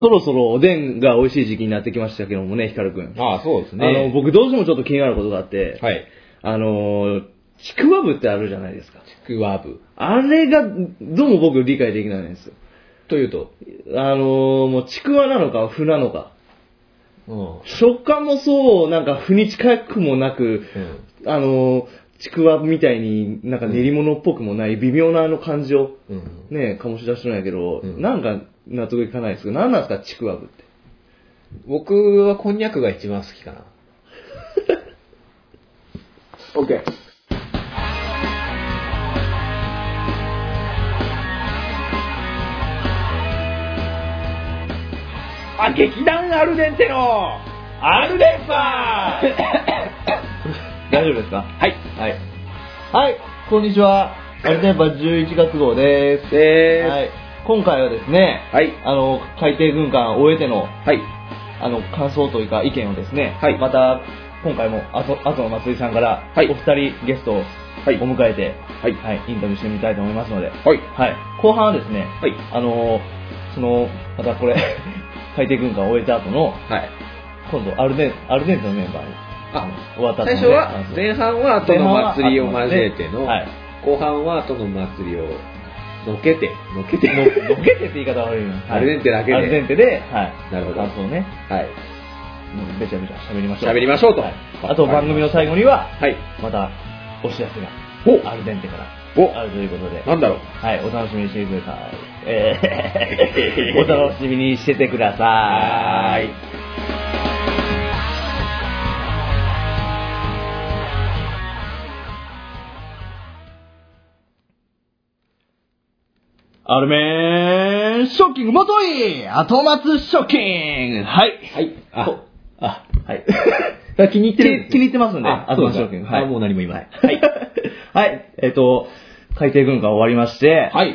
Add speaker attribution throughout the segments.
Speaker 1: そろそろおでんが美味しい時期になってきましたけどもね、ヒカルくん。
Speaker 2: ああ、そうですね。
Speaker 1: あの、僕どうしてもちょっと気になることがあって、
Speaker 2: はい。
Speaker 1: あの、ちくわぶってあるじゃないですか。
Speaker 2: ちくわぶ。
Speaker 1: あれが、どうも僕理解できないんですよ。
Speaker 2: というと、
Speaker 1: あの、もうちくわなのか、麩なのか。
Speaker 2: うん。うん。
Speaker 1: 食感もそう、なんか麩に近くもなく、あの、ちくわみたいになんか練り物っぽくもない、微妙なあの感じを
Speaker 2: うん。
Speaker 1: ね、醸し出してるんやけど、
Speaker 2: うん
Speaker 1: なんか納得いかないですけど、なんなんですか、ちくわぶって。
Speaker 2: 僕はこんにゃくが一番好きか な。
Speaker 1: OK。
Speaker 2: あ、劇団アルデンテのアルデンパ
Speaker 1: 大丈夫ですか
Speaker 2: ーはい。
Speaker 1: はい。はい、こんにちは。アルテンパ11月号です。
Speaker 2: で
Speaker 1: はい。今回はですね、
Speaker 2: はい。
Speaker 1: あの、海底軍艦を終えての、
Speaker 2: はい。
Speaker 1: あの、感想というか意見をですね、
Speaker 2: はい
Speaker 1: また、今回も、あと、あとの松井さんから、
Speaker 2: はい
Speaker 1: お二人ゲストをお
Speaker 2: はい
Speaker 1: 迎えて、
Speaker 2: はい
Speaker 1: インタビューしてみたいと思いますので、
Speaker 2: はい。
Speaker 1: はい。後半はですね、
Speaker 2: はい。
Speaker 1: あのーその、またこれ、 海底軍艦を終えた後の、
Speaker 2: はい。
Speaker 1: 今度アルデン、アルデンテのメンバーに、
Speaker 2: あ
Speaker 1: 終わったので
Speaker 2: 最初は
Speaker 1: 感想、
Speaker 2: 前半は後の祭りを交えての、
Speaker 1: はい
Speaker 2: 後半は後の祭りをのけて、のけて、
Speaker 1: ののけてって言い方悪いな。
Speaker 2: アルデンテだけで
Speaker 1: アルデンテで、はい。
Speaker 2: なるほど
Speaker 1: 感想をね、
Speaker 2: はい。
Speaker 1: うんべちゃべちゃ喋りましょう。
Speaker 2: 喋りましょうと。
Speaker 1: はいあと番組の最後には、
Speaker 2: はい。
Speaker 1: また、お知らせ
Speaker 2: お
Speaker 1: が、アルデンテから、
Speaker 2: お
Speaker 1: あるということで。
Speaker 2: なんだろう
Speaker 1: はい、お楽しみにしてください。えー お楽しみにしててください。アルメンショッキングもとい後松ショッキングはい。
Speaker 2: はい。あ、あ、
Speaker 1: はい。
Speaker 2: 気に入ってるんですね
Speaker 1: 気気に入ってますんで、
Speaker 2: あ
Speaker 1: 後松シ
Speaker 2: そ
Speaker 1: ョ
Speaker 2: う
Speaker 1: ッ
Speaker 2: か
Speaker 1: キング。はい。
Speaker 2: あもう何も言いま
Speaker 1: はい。
Speaker 2: せん
Speaker 1: はい。えっ、と、海底軍艦終わりまして、
Speaker 2: はい。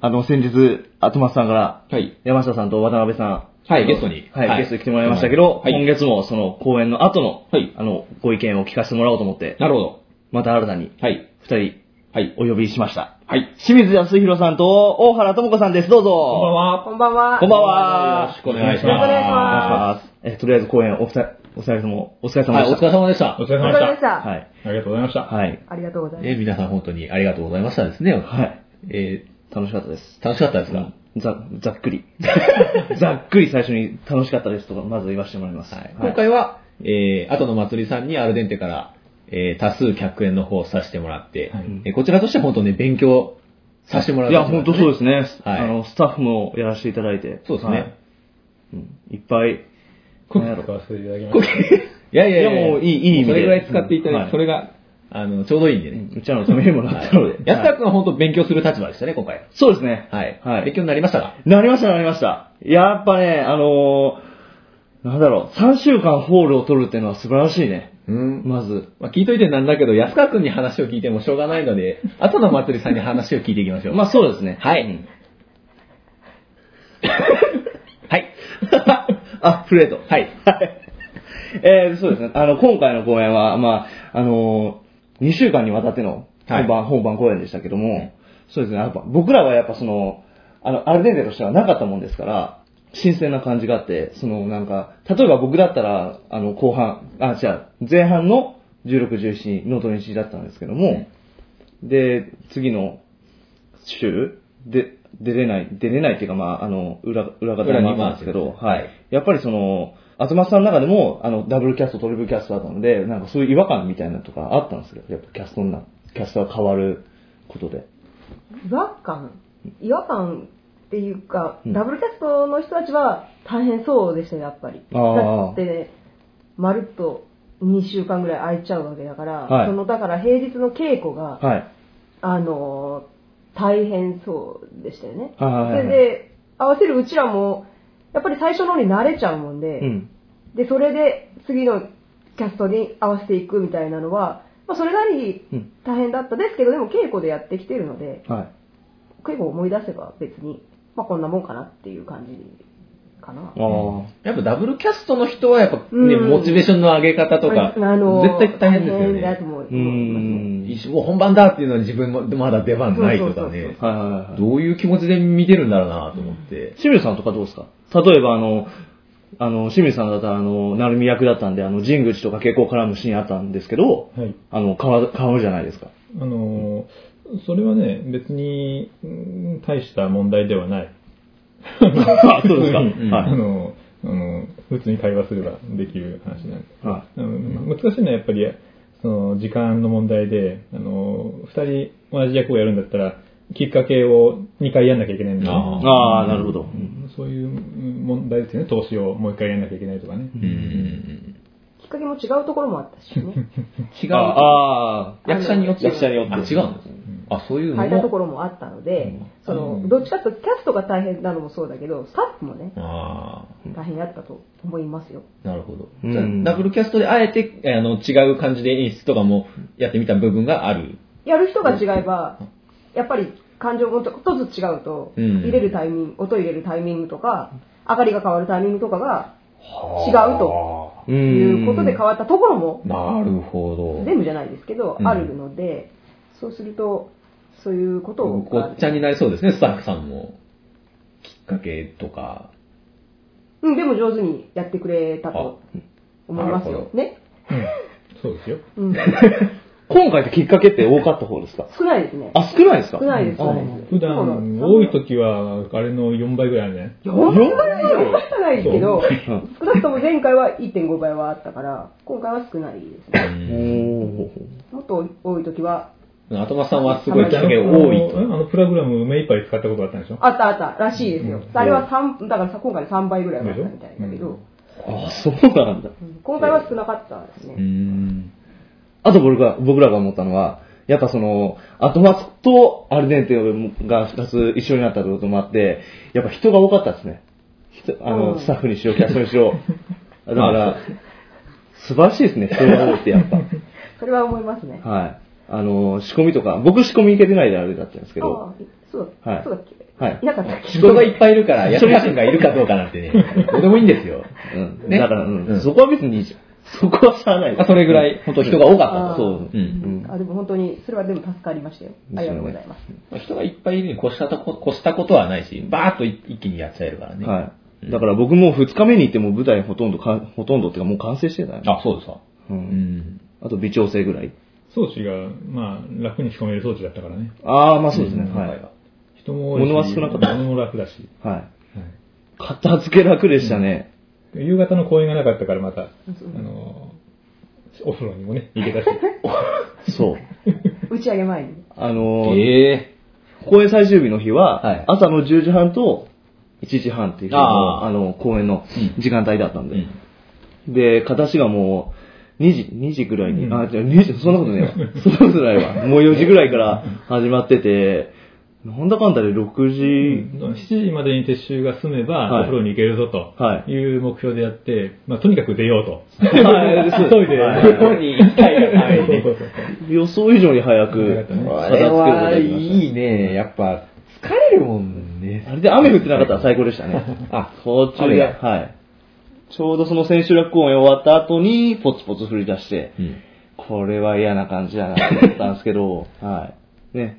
Speaker 1: あの、先日、後松さんから、
Speaker 2: はい。
Speaker 1: 山下さんと渡辺さん。
Speaker 2: は
Speaker 1: あ
Speaker 2: い
Speaker 1: の
Speaker 2: ゲストに
Speaker 1: はい、
Speaker 2: はい
Speaker 1: ゲストに来てもらいましたけど、
Speaker 2: はい
Speaker 1: 今月もその公演の後の、
Speaker 2: はい
Speaker 1: あの、ご意見を聞かせてもらおうと思って、
Speaker 2: なるほど。
Speaker 1: また新たに
Speaker 2: はい。
Speaker 1: 二人
Speaker 2: はい。
Speaker 1: お呼びしました。
Speaker 2: はい。
Speaker 1: 清水康弘さんと大原智子さんです。どうぞ。
Speaker 2: こんばんは。こんばんは
Speaker 1: こんばんは。
Speaker 2: よろしくお願いします。
Speaker 1: よろくお願いします。え、とりあえず公演お二人、お疲れ様、お疲れ様
Speaker 2: は
Speaker 1: で
Speaker 2: い、お
Speaker 1: し
Speaker 2: 疲
Speaker 1: た。
Speaker 2: れ様でした。
Speaker 3: お疲れ
Speaker 4: お疲
Speaker 3: 様
Speaker 4: れ様
Speaker 3: で
Speaker 4: で
Speaker 3: し。
Speaker 4: したた。
Speaker 1: はい。
Speaker 3: ありがとうございました。
Speaker 1: はい。
Speaker 4: ありがとうございます。
Speaker 2: え、皆さん本当にありがとうございましたですね。
Speaker 1: はい。
Speaker 2: え
Speaker 1: 楽しかったです。
Speaker 2: ー楽しかったですか
Speaker 1: ざ、ざっくり。 ざっくり最初に楽しかったですとか、まず言わせてもらいます。
Speaker 2: はい今回は、えー、後の祭りさんにアルデンテから、えー、多数客演の方をさせてもらって、
Speaker 3: はい
Speaker 2: えーこちらとしては本当ね、勉強させてもら
Speaker 1: いや、本当そう
Speaker 2: う
Speaker 1: ですね。
Speaker 2: はい
Speaker 1: あの、スタッフもやらせていただいて。
Speaker 2: そうですね
Speaker 1: はいうんいっぱい。
Speaker 3: コキ
Speaker 1: なんやろ
Speaker 3: 使わせていただきました。
Speaker 2: いやいや
Speaker 1: いやもういいいい意味で
Speaker 2: それぐらい使っていただいて、
Speaker 1: はい
Speaker 2: それが、あの、ちょうどいいんでね。
Speaker 1: うちらのためにもなったの で。
Speaker 2: 安
Speaker 1: は
Speaker 2: 田
Speaker 1: い
Speaker 2: 君は本当勉強する立場でしたね、今回。
Speaker 1: そうですね。
Speaker 2: はい。
Speaker 1: はい
Speaker 2: 勉強になりましたか
Speaker 1: なりました、なりました。やっぱね、あのー、なんだろう、3週間ホールを取るっていうのは素晴らしいね。
Speaker 2: うん。
Speaker 1: まず。
Speaker 2: まあ、聞いといてなんだけど、安川君に話を聞いてもしょうがないので、後の祭りさんに話を聞いていきましょう。
Speaker 1: まあそうですね。
Speaker 2: はい
Speaker 1: うん
Speaker 2: はい。
Speaker 1: あ、プレート。
Speaker 2: はい。
Speaker 1: えー、そうですね。あの、今回の公演は、まあ、あのー、2週間にわたっての
Speaker 2: はい
Speaker 1: 本番、本番公演でしたけども、そうですね。やっぱ、僕らはやっぱその、あの、アルデンテとしてはなかったもんですから、新鮮な感じがあって、そのなんか、例えば僕だったら、あの、後半、あ、じゃあ、前半の16、17、ノート西だったんですけども、で、次の週、で、出れない、出れないっていうか、まあ、あの、裏、裏方
Speaker 2: 裏に
Speaker 1: に回っ
Speaker 2: 回す
Speaker 1: たんですけど、は
Speaker 2: はい
Speaker 1: い。やっぱりその、東さんの中でも、あの、ダブルキャスト、トリプルキャストだったので、なんかそういう違和感みたいなのとかあったんですけど、やっぱキャストにな、キャストが変わることで。
Speaker 4: 違和感違和感っていうか、
Speaker 1: うん
Speaker 4: ダブルキャストの人たちは大変そうでしたね、やっぱり。
Speaker 1: あー
Speaker 4: だって、まるっと2週間ぐらい空いちゃうわけだから、
Speaker 1: はい
Speaker 4: その、だから平日の稽古が、
Speaker 1: はい。
Speaker 4: あのー、大変そうでしたよね。
Speaker 1: はいはいはい
Speaker 4: それで、合わせるうちらも、やっぱり最初の方に慣れちゃうもんで、
Speaker 1: うん。
Speaker 4: で、それで次のキャストに合わせていくみたいなのは、まあ、それなり
Speaker 1: う
Speaker 4: に
Speaker 1: ん
Speaker 4: 大変だったですけど、でも稽古でやってきてるので、
Speaker 1: はい。
Speaker 4: 稽古を思い出せば別に、まあ、こんなもんかなっていう感じかな
Speaker 1: あ。あ。
Speaker 2: やっぱダブルキャストの人はやっぱね、
Speaker 4: うん
Speaker 2: モチベーションの上げ方とか、
Speaker 4: あの
Speaker 2: 絶対大変ですよ
Speaker 4: 大変だと
Speaker 2: ね。
Speaker 4: 思います
Speaker 1: うー
Speaker 4: ね。
Speaker 1: ん。
Speaker 2: 一緒もう本番だっていうのに自分もまだ出番ないとか
Speaker 4: そうそう
Speaker 2: ね。
Speaker 1: はいはいはいはい。
Speaker 2: どういう気持ちで見てるんだろうなと思って。
Speaker 1: 清水さんとかどうですか例えばあの、あの、清水さんだったらあの、成美役だったんで、あの、神口とか結構絡むシーンあったんですけど、
Speaker 3: はい。
Speaker 1: あの、変わる、変わるじゃないです か。
Speaker 3: あのーそれはね、別に、うん大した問題ではない。
Speaker 1: あそうですか。
Speaker 3: うん
Speaker 2: うん
Speaker 1: は
Speaker 3: あのーあのー普通に会話すればできる話なんです。
Speaker 1: い。は
Speaker 3: うん難しいのはやっぱり、その、時間の問題で、あのー二人同じ役をやるんだったら、きっかけを2回やんなきゃいけないんだよね
Speaker 1: い。ああ、なるほど。
Speaker 3: うんそういううん問題ですよね。投資をもう一回やんなきゃいけないとかね。
Speaker 2: うんうんうん
Speaker 4: きっかけも違うところもあったしね。
Speaker 2: 違う。
Speaker 1: ああ、
Speaker 2: 役者によって。
Speaker 1: 役者によって
Speaker 2: あ違うんですね。あ、そういうの
Speaker 4: 変えたとこ
Speaker 2: も。
Speaker 4: ろもあったので、そ
Speaker 3: うん
Speaker 4: の、どっちかというとキャストが大変なのもそうだけど、スタッフもね、
Speaker 2: あ
Speaker 4: 大変だったと思いますよ。
Speaker 2: あ、なるほど。
Speaker 1: うん
Speaker 2: じゃあダブルキャストであえてあの違う感じで演出とかもやってみた部分がある。
Speaker 4: やる人が違えば、やっぱり感情もちょっとずつ違うと、
Speaker 2: うん
Speaker 4: 入れるタイミング、音入れるタイミングとか、明かりが変わるタイミングとかが違うと
Speaker 1: う
Speaker 4: いうことで変わったところも、
Speaker 2: なるほど。
Speaker 4: 全部じゃないですけど
Speaker 2: う、ん
Speaker 4: あるので、そうすると、そういうことを。
Speaker 2: ごっちゃになりそうですね、スタッフさんも。きっかけとか。
Speaker 4: うん、でも上手にやってくれたと思います
Speaker 2: なる
Speaker 4: よ
Speaker 2: ほ。ど
Speaker 4: ね。
Speaker 3: うんそうですよ。
Speaker 4: うん。
Speaker 1: 今回ってきっかけって多かった方ですか
Speaker 4: 少ないですね。
Speaker 1: あ、少ないですか
Speaker 4: 少ないです、
Speaker 1: あ
Speaker 4: 少ないです。
Speaker 3: 普
Speaker 4: そうなん
Speaker 3: 段
Speaker 4: です
Speaker 3: 多い時はあれの4倍ぐらいあるね。
Speaker 4: 4倍は4倍じゃないけど、
Speaker 1: うん
Speaker 4: 少なくとも前回は1.5倍はあったから、今回は少ないです
Speaker 2: う
Speaker 4: ね。
Speaker 2: ん
Speaker 1: お
Speaker 4: もっと多い時は、
Speaker 2: 頭さんはすごいきっかけ
Speaker 3: あ
Speaker 2: が
Speaker 3: の
Speaker 2: 多い
Speaker 3: あ
Speaker 2: と。
Speaker 3: のプログラム目いっぱい使ったことあったんでしょ
Speaker 4: あったあったらしいですよ。
Speaker 3: うん
Speaker 4: あれは3、だからさ今回3倍ぐらいはあったみたいだけ
Speaker 3: う
Speaker 4: ど
Speaker 3: ん、
Speaker 1: ーあ、そうなんだ。
Speaker 4: うん今回は少なかったです
Speaker 2: う
Speaker 4: ね。
Speaker 2: ん。
Speaker 1: あと僕が、僕らが思ったのは、やっぱその、アトマスとアルデンテが二つ一緒になったこともあって、やっぱ人が多かったですね。人あの、
Speaker 4: うん
Speaker 1: スタッフにしろ、キャストにしろ。 だから、素晴らしいですね、人が多くてやっぱ。
Speaker 4: それは思いますね。
Speaker 1: はい。あの、仕込みとか、僕仕込み行けてないであれだったんですけ
Speaker 4: あ
Speaker 1: ど、
Speaker 4: あ、そうだ、
Speaker 1: はい
Speaker 4: そうだっけ、
Speaker 1: はい
Speaker 4: いなかったっけ
Speaker 2: 人がいっぱいいるから、役者がいるかどうかなんてね、どうでもいいんですよ。
Speaker 1: うん。
Speaker 2: ね
Speaker 1: だから、うん
Speaker 2: うん
Speaker 1: そこは別にいいじゃん。そこはしゃあない。
Speaker 2: まあそれぐらい、本当人が多かったと。
Speaker 1: そう。
Speaker 2: うん
Speaker 1: うん
Speaker 4: あでも本当に、それはでも助かりましたよ。
Speaker 1: すよね
Speaker 4: ありがとうございます。
Speaker 2: まあ人がいっぱいいるに越したとこ越したことはないし、バーッと一一気にやっちゃえるからね。
Speaker 1: はい。だから僕も2日目に行っても舞台ほとんどか、ほとんどっていうかもう完成してたよ。
Speaker 2: あ、そうですか。
Speaker 1: う。
Speaker 2: うんん。
Speaker 1: あと微調整ぐらい。
Speaker 3: 装置が、まあ、楽に仕込める装置だったからね。
Speaker 1: ああ、まあそうですね。
Speaker 3: うん
Speaker 1: はい。
Speaker 3: 人も多いし、
Speaker 1: 物は少なかった
Speaker 3: 物も楽だし。
Speaker 1: はい。片付け楽でしたね。
Speaker 3: 夕方の公演がなかったからまた、
Speaker 4: うん
Speaker 3: あの、お風呂にもね、行けたし。
Speaker 1: そう。
Speaker 4: 打ち上げ前に。
Speaker 1: あのー、
Speaker 2: え
Speaker 1: 公演最終日の日は、
Speaker 2: はい
Speaker 1: 朝の10時半と1時半っていう
Speaker 2: あ
Speaker 1: あ
Speaker 2: ー
Speaker 1: の、公演の
Speaker 2: うん
Speaker 1: 時間帯だったん
Speaker 2: え
Speaker 1: で。で、形がもう、2時、2時ぐらいに、
Speaker 3: うん
Speaker 1: あ、じゃあ2時、そんなことねえわ。そんなことないわ。もう4時ぐらいから始まってて、なんだかんだで6時、
Speaker 3: 7時までに撤収が済めば、
Speaker 1: はい
Speaker 3: お風呂に行けるぞ
Speaker 1: は
Speaker 3: という目標でやって、まあ、とにかく出ようと。
Speaker 1: はいそうです
Speaker 3: 急いで。
Speaker 1: はい
Speaker 2: どこに行きたいがためにね
Speaker 3: そうそうそう
Speaker 1: 予想以上に早く片付けること
Speaker 2: あ
Speaker 1: が
Speaker 2: れは
Speaker 1: できました。
Speaker 2: いいね。やっぱ、疲れるもんね。
Speaker 1: あれで雨降ってなかったら最高でしたね。
Speaker 2: あ
Speaker 1: 途中
Speaker 2: 雨
Speaker 1: で、
Speaker 2: が
Speaker 1: はい。ちょうどその千秋楽公演終わった後に、ポツポツ降り出して、
Speaker 2: うん。
Speaker 1: これは嫌な感じだなと思ったんですけど、 はい。ね。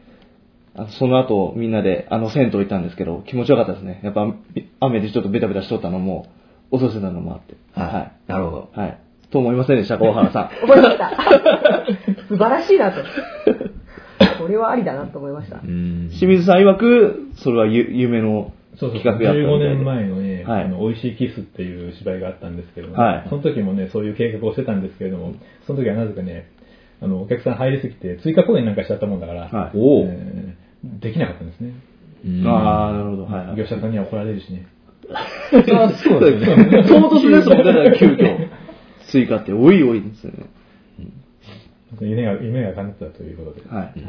Speaker 1: あのその後、みんなで、あの、銭湯行ったんですけど、気持ちよかったですね。やっぱ、雨でちょっとベタベタしとったのも、遅せたのもあって。
Speaker 2: は。
Speaker 1: はい
Speaker 2: なるほど。
Speaker 1: い。はい。と思いませんでしたか、大原 さ
Speaker 4: 覚えました。 素晴らしいなと。これはありだなと思いました。
Speaker 2: ん
Speaker 1: ん。清水さん曰く、それはゆ夢の
Speaker 3: そうそう
Speaker 1: 企画やったみたいで。
Speaker 3: 15年前のね、
Speaker 1: はい
Speaker 3: あの美味しいキスっていう芝居があったんですけども、
Speaker 1: はい
Speaker 3: その時もね、そういう計画をしてたんですけれども、その時はなぜかね、あのお客さん入りすぎて、追加公演なんかしちゃったもんだから、
Speaker 1: はい
Speaker 2: おう
Speaker 3: えーできなかったんですね。
Speaker 1: ああ、なるほど。はい、はい。
Speaker 3: 業者さんには怒られるしね。
Speaker 1: あ そうです ね。唐突ですもんね、だから急遽。追加って、おいおいですよね。
Speaker 3: 夢が、夢が叶ったということで。
Speaker 1: はい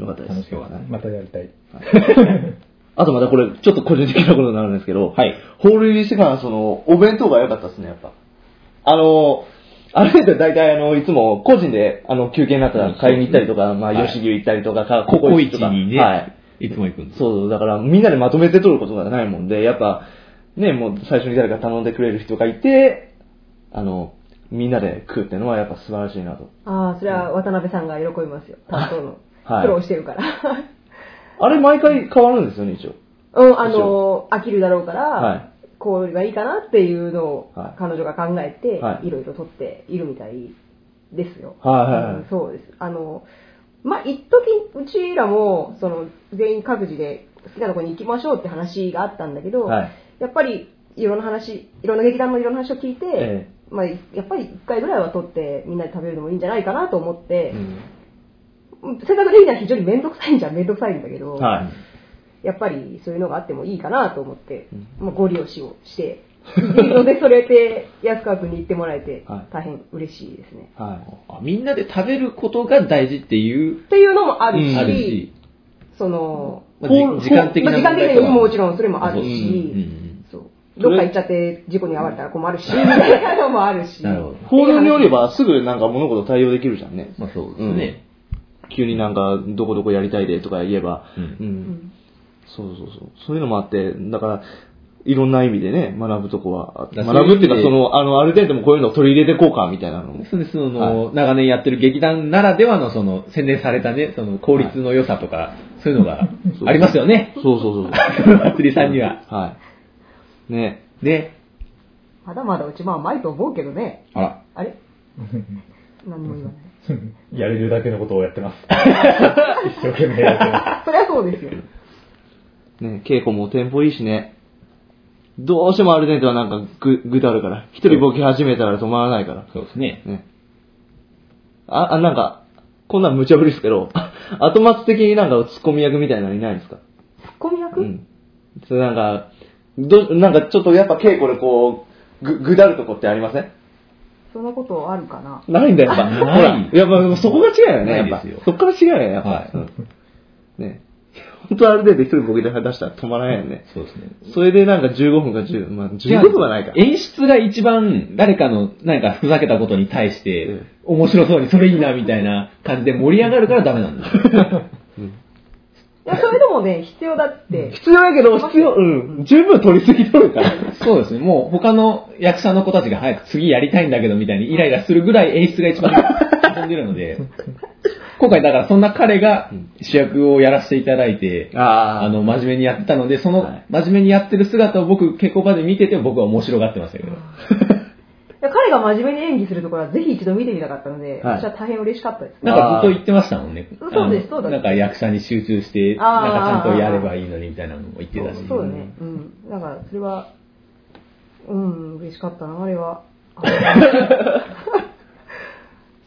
Speaker 1: よかったです
Speaker 3: 楽しかった。
Speaker 1: はい
Speaker 3: またやりたい。
Speaker 1: あとまたこれ、ちょっと個人的なことになるんですけど、
Speaker 2: はい
Speaker 1: ホール入りしてから、その、お弁当が良かったですね、やっぱ。あの、あれって大体、あの、いつも個人で、あの、休憩になったら買いに行ったりとか、まあ、
Speaker 2: はい
Speaker 1: 吉牛行ったりとか、か
Speaker 2: ココイチ
Speaker 1: とか
Speaker 2: にね、
Speaker 1: はい。
Speaker 2: い、つも行くんです。
Speaker 1: そう、だからみんなでまとめて取ることがないもんで、やっぱ、ね、もう最初に誰か頼んでくれる人がいて、あの、みんなで食うっていうのはやっぱ素晴らしいなと。
Speaker 4: ああ、それは渡辺さんが喜びますよ。担当の。
Speaker 1: はい
Speaker 4: 苦労してるから。
Speaker 1: あれ毎回変わるんですよね、一応。
Speaker 4: うん、あの、飽きるだろうから、
Speaker 1: はい
Speaker 4: こういうのがいいかなっていうのを
Speaker 1: はい
Speaker 4: 彼女が考えて、、
Speaker 1: はい
Speaker 4: ろいろ取っているみたいですよ。
Speaker 1: はいはいはい
Speaker 4: うんそうです。あの、まあ、一時うちらも、その、全員各自で好きなとこに行きましょうって話があったんだけど、
Speaker 1: はい
Speaker 4: やっぱり、いろんな話、いろんな劇団のいろんな話を聞いて、
Speaker 1: え
Speaker 4: まあ、やっぱり一回ぐらいは取ってみんなで食べるのもいいんじゃないかなと思って、選択できないは非常に面倒くさいんじゃ面倒くさいんだけど、
Speaker 1: はい。
Speaker 4: やっぱりそういうのがあってもいいかなと思って、まあ、ご利用しをして、 いいので、それで安川君に行ってもらえて
Speaker 1: はい、
Speaker 4: 大変嬉しいですね。
Speaker 1: はい。
Speaker 2: あみんなで食べることが大事っていう、
Speaker 4: っていうのもあるし、
Speaker 2: あるし、
Speaker 4: その、
Speaker 2: まあじ
Speaker 4: ほう
Speaker 2: 時間的な
Speaker 4: まあ時間的
Speaker 2: 問題と
Speaker 4: に
Speaker 2: か
Speaker 4: ももちろんそれもある
Speaker 2: うんうん
Speaker 4: し、
Speaker 2: うん
Speaker 4: そうどっか行っちゃって事故に遭われたら困るし、みたいなのもあるし。
Speaker 2: なるほど
Speaker 1: 報道によればすぐなんか物事対応できるじゃんね。
Speaker 2: まあそうですね。
Speaker 1: 急になんかどこどこやりたいでとか言えば、
Speaker 2: うん
Speaker 4: うん
Speaker 1: そうそうそう。そういうのもあって、だから、いろんな意味でね、学ぶとこは。
Speaker 2: だから
Speaker 1: 学ぶっていう
Speaker 2: そういう意味で
Speaker 1: か、その、あの、ある程度もこういうのを取り入れてこうか、みたいな のも。
Speaker 2: そうです、その、長年やってる劇団ならではの、その、洗練されたね、その、効率の良さとか、そういうのが
Speaker 1: そう
Speaker 2: ありますよね。
Speaker 1: そうそうそう。
Speaker 2: 祭りさんには。
Speaker 1: はい。ね。
Speaker 2: ね。
Speaker 4: まだまだうちまあ甘いと思うけどね。
Speaker 2: あら。
Speaker 4: あれ何も言 わない。
Speaker 3: やれるだけのことをやっ てます。一生懸命やってま
Speaker 4: そりゃそうですよ。
Speaker 1: ね、稽古もテンポいいしね。どうしてもアルデンテはなんかぐ、ぐだるから。一人ボケ始めたら止まらないから。
Speaker 2: そうですね。
Speaker 1: ね。あ、あ、なんか、こんなん無茶ぶりですけど、 後末的になんかツッコミ役みたいなのいないんですか
Speaker 4: ツッコミ役、
Speaker 1: うん。それなんか、ど、なんかちょっとやっぱ稽古でこう、ぐ、ぐだるとこってありません
Speaker 4: そんなことあるかな
Speaker 1: ないんだよ、やっぱ。ほ
Speaker 2: ない
Speaker 1: ら、やっぱそこが違うよね、
Speaker 2: ない
Speaker 1: やっぱ
Speaker 2: ですよ。
Speaker 1: そこから違うよね、やっぱ。
Speaker 2: はい
Speaker 1: うんね。本当ある程度一人ボケで出したら止まらないよね。
Speaker 2: そうですね。
Speaker 1: それでなんか15分か10、まあ15分はないか。
Speaker 2: 演出が一番誰かのなんかふざけたことに対して、
Speaker 1: うん
Speaker 2: 面白そうにそれいいなみたいな感じで盛り上がるからダメなんです よ。
Speaker 4: いや、それでもね、必要だって。
Speaker 1: 必要やけど、必要、うん。十分取りすぎとるから。
Speaker 2: そうですね。もう他の役者の子たちが早く次やりたいんだけどみたいにイライラするぐらい演出が一番飛んでるの で、今回だからそんな彼が主役をやらせていただいて、
Speaker 1: あ
Speaker 2: あの、真面目にやってたので、その
Speaker 1: はい
Speaker 2: 真面目にやってる姿を僕、稽古場で見てて僕は面白がってましたけど。
Speaker 4: いや彼が真面目に演技するところはぜひ一度見てみたかったので、
Speaker 1: はい
Speaker 4: 私は大変嬉しかったですね。
Speaker 2: なんかずっと言ってましたもんね。
Speaker 4: あーそうです
Speaker 2: あの
Speaker 4: そうだ
Speaker 2: なんか役者に集中して、
Speaker 4: あー
Speaker 2: なんかちゃんとやればいいのにみたいなのも言ってたし。
Speaker 4: そうだね。うん。だから、それは、うん、嬉しかったな、あれ は。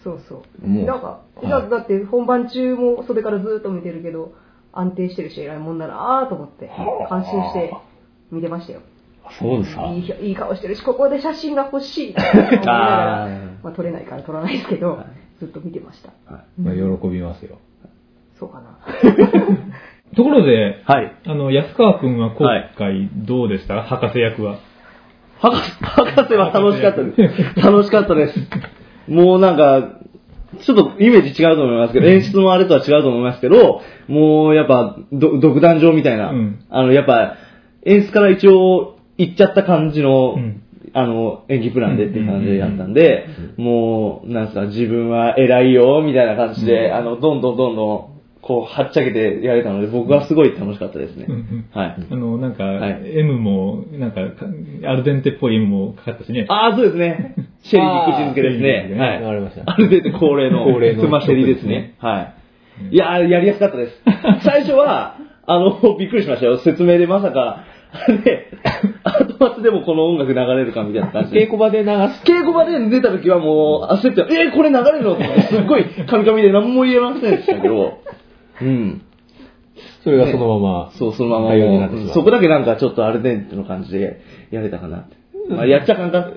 Speaker 4: そうそう。
Speaker 2: もう
Speaker 4: なんか、
Speaker 2: はい
Speaker 4: だだって本番中もそれからずっと見てるけど、安定してるし偉いもんだなぁと思って、感心して見てましたよ。
Speaker 2: あそうですか。
Speaker 4: いいいい顔してるし、ここで写真が欲 しいなって思いなが
Speaker 1: あ
Speaker 4: ら
Speaker 1: ー、
Speaker 4: まあ、撮れないから撮らないですけど、
Speaker 1: はい
Speaker 4: ずっと見てました。
Speaker 1: は
Speaker 2: まあ、喜びますよ。
Speaker 4: そうかな。
Speaker 3: す。ところで、
Speaker 1: はい。
Speaker 3: あの、安川くんは今回どうでした、博士役は。
Speaker 1: 博士、博士は楽しかったです。楽しかったです。もうなんか、ちょっとイメージ違うと思いますけど、演出もあれとは違うと思いますけど、もうやっぱ、ど独壇場みたいな、
Speaker 3: うん
Speaker 1: あの、やっぱ、演出から一応、行っちゃった感じの、
Speaker 3: うん
Speaker 1: あの、演技プランでっていう感じでやったんで、もう、なんすか、自分は偉いよ、みたいな感じで、あの、どんどんどんどん、こう、はっちゃけてやれたので、僕はすごい楽しかったですね。
Speaker 3: うんうん
Speaker 1: はい。
Speaker 3: あの、なんか、
Speaker 1: はい
Speaker 3: M も、なんか、アルデンテっぽい M もかかったしね。
Speaker 1: ああ、そうですね。 シェリー口づけですね。
Speaker 3: あー
Speaker 1: はい。
Speaker 2: わかりました
Speaker 1: ある程度恒例の。
Speaker 2: 恒例の
Speaker 1: スマシェリーですね。はい。いやー、やりやすかった です。最初は、あの、びっくりしましたよ。説明でまさか、あれね、後末でもこの音楽流れるかみたいな感じ
Speaker 2: 稽
Speaker 1: で。
Speaker 2: 古場で流す。
Speaker 1: 稽古場で出た時はもう焦って、えー、これ流れるのって、すっごいカミカミで何も言えませんでしたけど、うん。
Speaker 2: それがそのまま。
Speaker 1: そう、そのまま
Speaker 2: 内容にな
Speaker 1: もう
Speaker 2: ってしまう
Speaker 1: うんそこだけなんかちょっとアルデンテの感じでやれたかなって。 まあ、やっちゃかんかっ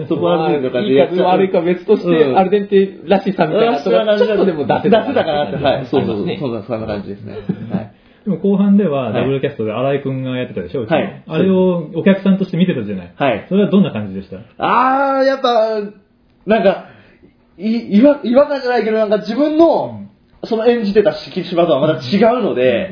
Speaker 1: た。そこはアルデンテの感じでやっちゃ
Speaker 2: まあいいか悪いか別として、
Speaker 1: うん
Speaker 2: アルデンテらしさみたいな人が、ちょっとでも出せ
Speaker 1: たかなって。はい。そうそう
Speaker 2: ありますね
Speaker 1: そう。そんな感じです ね。はい。
Speaker 3: でも後半では
Speaker 1: はい
Speaker 3: ダブルキャストで新井くんがやってたでしょ、うち
Speaker 1: はい
Speaker 3: あれをお客さんとして見てたじゃない。
Speaker 1: はい
Speaker 3: それはどんな感じでした
Speaker 1: あー、やっぱ、なんか、い、違和違和感じゃないけど、なんか自分の、その演じてた敷島とはまた違うので、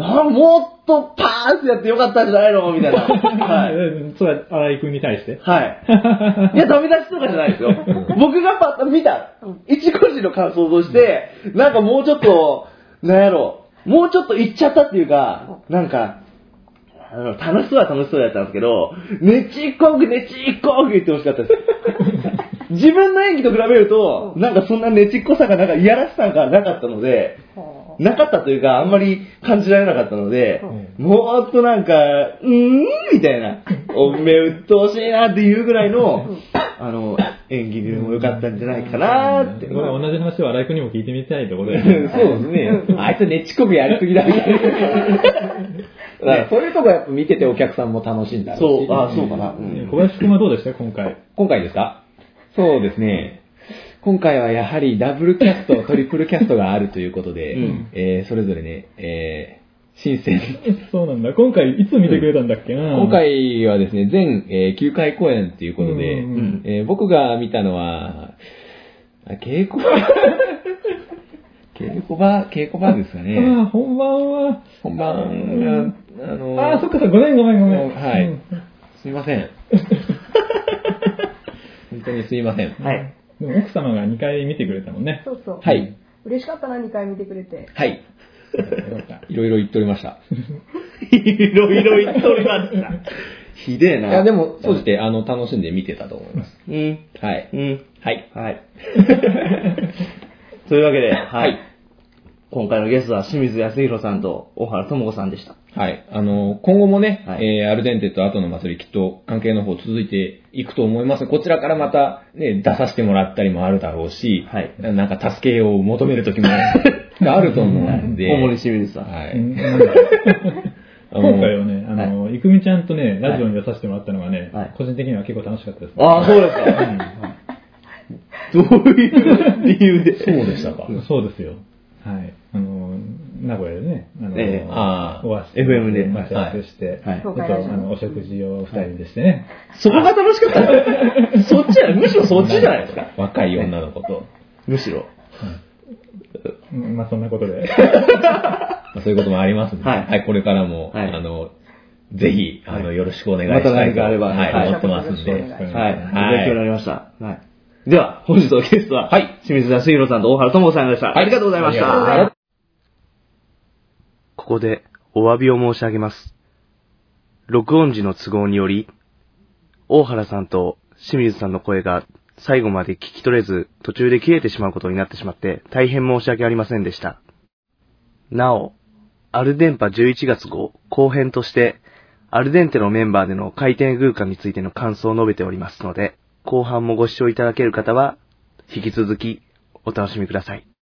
Speaker 1: あーもっとパーンってやってよかったんじゃないのみたい な。はい。
Speaker 3: うんそれは荒井君に対して。
Speaker 1: はい。いや、ダメ出しとかじゃないですよ。僕がパッと見た、一個人の感想として、なんかもうちょっと、なんやろう、もうちょっと行っちゃったっていうか、なんか、あの楽しそうは楽しそうやったんですけど、ねちっこくねちっこく言ってほしかったです。自分の演技と比べると、なんかそんなねちっこさが、なんかいやらしさがなかったので、
Speaker 4: は
Speaker 1: なかったというか、あんまり感じられなかったので、もっとなんか、うーんみたい な、おめうっとうしいなっていうぐらいの、あの、演技でもよかったんじゃないかなーって。
Speaker 3: これ同じ話を荒井君にも聞いてみたいってことで
Speaker 2: そうですね。あいつねちこくやりすぎだみたいな。だからそういうとこやっぱ見ててお客さんも楽しいんだろ
Speaker 1: そう
Speaker 2: し
Speaker 1: う、あ、そうかな。うん
Speaker 3: 小林君はどうでした今回。
Speaker 2: 今回ですかそうですね。今回はやはりダブルキャスト、トリプルキャストがあるということで、
Speaker 1: うん
Speaker 2: えーそれぞれね、えー新鮮。
Speaker 3: そうなんだ。今回、いつ見てくれたんだっけな
Speaker 2: 今。回はですね、全、えー9回公演ということで、
Speaker 3: うん
Speaker 1: うん
Speaker 2: えー僕が見たのは、あ稽 古場稽古場、稽古場ですか
Speaker 3: あ
Speaker 2: ね。
Speaker 3: あ、本番は。
Speaker 2: 本番が、あのー
Speaker 3: ああ、そっかそっか、ごめんごめんごめん。
Speaker 2: はい
Speaker 3: うん
Speaker 2: すみません。本当にすみません。
Speaker 1: はい。
Speaker 3: でも奥様が2回見てくれたもんね
Speaker 4: あ。そうそう。
Speaker 2: はい。
Speaker 4: 嬉しかったな、2回見てくれて。
Speaker 2: はい。
Speaker 3: よかった。
Speaker 2: いろいろ言っておりました。
Speaker 1: いろいろ言っておりました。 ひでえ
Speaker 2: い
Speaker 1: な。
Speaker 2: や、でも、そうして、あの、楽しんで見てたと思います。
Speaker 1: うん。
Speaker 2: はい。
Speaker 1: うん。
Speaker 2: はい。
Speaker 1: はい。というわけで、は
Speaker 2: はい
Speaker 1: い。今回のゲストは清水康弘さんと大原智子さんでした。
Speaker 2: はい。あの、今後もね、
Speaker 1: はい
Speaker 2: えーアルデンテと後の祭り、きっと関係の方続いていくと思います。こちらからまた、ね、出させてもらったりもあるだろうし、
Speaker 1: はい
Speaker 2: なんか助けを求める時もあると思うんで、
Speaker 1: 大森清水さん。
Speaker 2: は
Speaker 3: う
Speaker 2: い。
Speaker 3: んなんだ
Speaker 2: あの
Speaker 3: 今回はね、あの、いくみちゃんとね、ラジオに出させてもらったのがね、
Speaker 1: はい
Speaker 3: 個人的には結構楽しかったです。
Speaker 1: ああ、そうですか。どういう理由で。
Speaker 2: そうでしたか。
Speaker 3: そうですよ。はい。あの、名古屋でね、あの、
Speaker 1: ええ
Speaker 2: ああ
Speaker 3: お会いして
Speaker 1: FM で
Speaker 3: 待ち合わせして、
Speaker 1: はいはい
Speaker 3: ちょっとあのお食事を二人でしてね、
Speaker 1: そこが楽しかったのそっちじゃない、むしろそっちじゃないですか。
Speaker 2: 若い女の子と、
Speaker 1: むしろ。
Speaker 3: うんまあそんなことで。
Speaker 2: まあそういうこともありますので、
Speaker 1: はい
Speaker 2: これからも、
Speaker 1: はい
Speaker 2: あの、ぜひ、あの、よろしくお願いしたいと
Speaker 1: また何かあればは
Speaker 2: はいい、思ってますん
Speaker 4: よろしくお
Speaker 2: で
Speaker 4: 願いし。ます
Speaker 1: はい。
Speaker 2: はい
Speaker 1: 勉強になりました。はい。では、本日のゲストは、
Speaker 2: はい
Speaker 1: 清水康弘さんと大原智子さんでした、ありがとうございまし
Speaker 2: ありがとうございま
Speaker 1: た
Speaker 2: す。
Speaker 1: ここでお詫びを申し上げます。録音時の都合により、大原さんと清水さんの声が最後まで聞き取れず、途中で切れてしまうことになってしまって、大変申し訳ありませんでした。なお、アルデンパ11月号後編として、アルデンテのメンバーでの回転空間についての感想を述べておりますので、後半もご視聴いただける方は、引き続きお楽しみください。